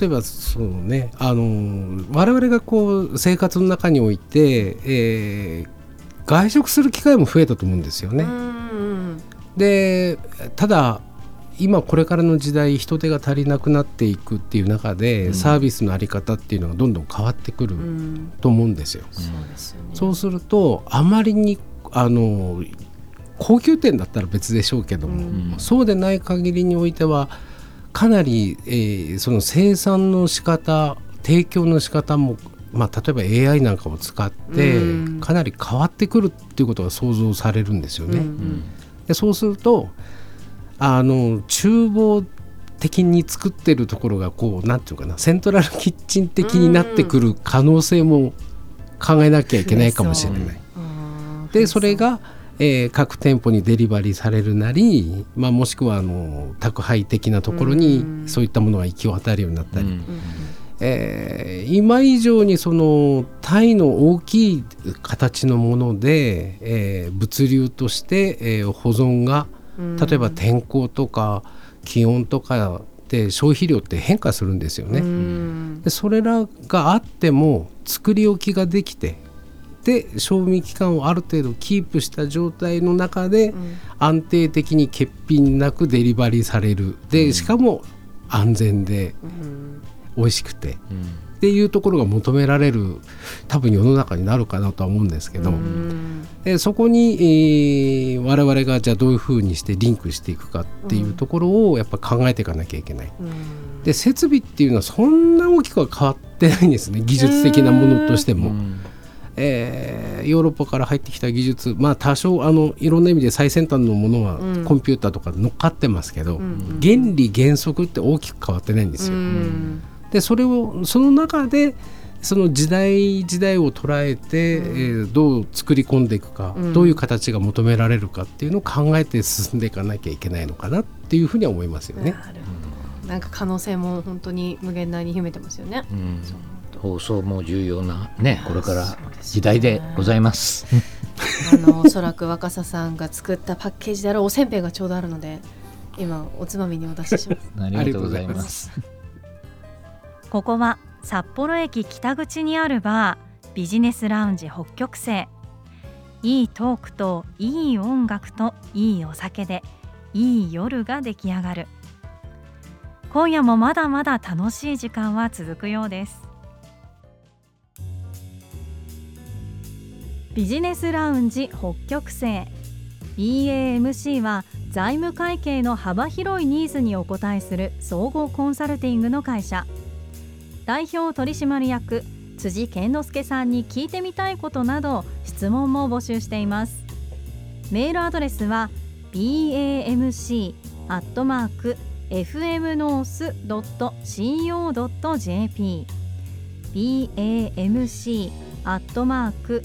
例えばそうねあの我々がこう生活の中において、えー外食する機会も増えたと思うんですよね。うーんでただ今これからの時代人手が足りなくなっていくっていう中で、うんサービスの在り方っていうのがどんどん変わってくうるんと思うんですよ。そうですよね。そうするとあまりにあの高級店だったら別でしょうけども、うんそうでない限りにおいてはかなり、えーその生産の仕方提供の仕方も、まあ、例えば AI なんかを使って、うんかなり変わってくるっていうことが想像されるんですよね。うんでそうするとあの厨房的に作ってるところがこうなんていうかなセントラルキッチン的になってくる可能性も考えなきゃいけないかもしれない。あーでそれが、えー各店舗にデリバリーされるなり、まあ、もしくはあの宅配的なところうにんそういったものが行き渡るようになったり、うんえー今以上にそのタイの大きい形のもので、えー物流として、えー保存がうん例えば天候とか気温とかで消費量って変化するんですよね。うんでそれらがあっても作り置きができてで賞味期間をある程度キープした状態の中で安定的に欠品なくデリバリーされるでしかも安全でうん美味しくてっていうところが求められる多分世の中になるかなとは思うんですけど、うんでそこに、えー我々がじゃあどういうふうにしてリンクしていくかっていうところをやっぱ考えていかなきゃいけない。うんで設備っていうのはそんな大きくは変わってないんですね技術的なものとしても、えーヨーロッパから入ってきた技術まあ多少あのいろんな意味で最先端のものはうんコンピューターとか乗っかってますけど、うん原理原則って大きく変わってないんですよ、うんでそれをその中でその時代時代を捉えて、うんえーどう作り込んでいくか、うんどういう形が求められるかっていうのを考えて進んでいかなきゃいけないのかなっていうふうには思いますよね。なるほどなんか可能性も本当に無限大に秘めてますよね。うんそう放送も重要なねこれからそうですね時代でございます。あのおそらく若狭さんが作ったパッケージであるおせんべいがちょうどあるので今おつまみにお出しします。 ありがとうございありがとうございまます。ここは札幌駅北口にあるバービジネスラウンジ北極星いいトークといい音楽といいお酒でいい夜が出来上がる今夜もまだまだ楽しい時間は続くようですビジネスラウンジ北極星 BAMC は財務会計の幅広いニーズにお応えする総合コンサルティングの会社代表取締役辻健之介さんに聞いてみたいことなど質問も募集していますメールアドレスは bamc アットマーク fmnorth.co.jp bamc アットマーク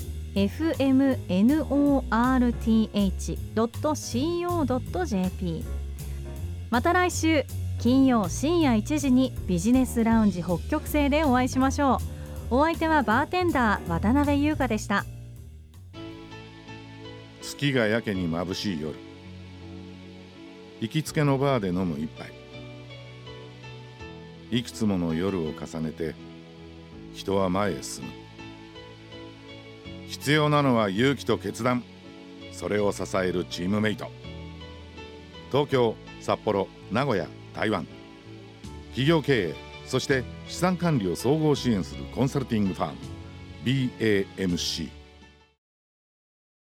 fmnorth.co.jp また来週金曜深夜1時にビジネスラウンジ北極星でお会いしましょうお相手はバーテンダー渡辺優香でした月がやけに眩しい夜行きつけのバーで飲む一杯いくつもの夜を重ねて人は前へ進む必要なのは勇気と決断それを支えるチームメイト東京札幌名古屋台湾企業経営そして資産管理を総合支援するコンサルティングファーム BAMC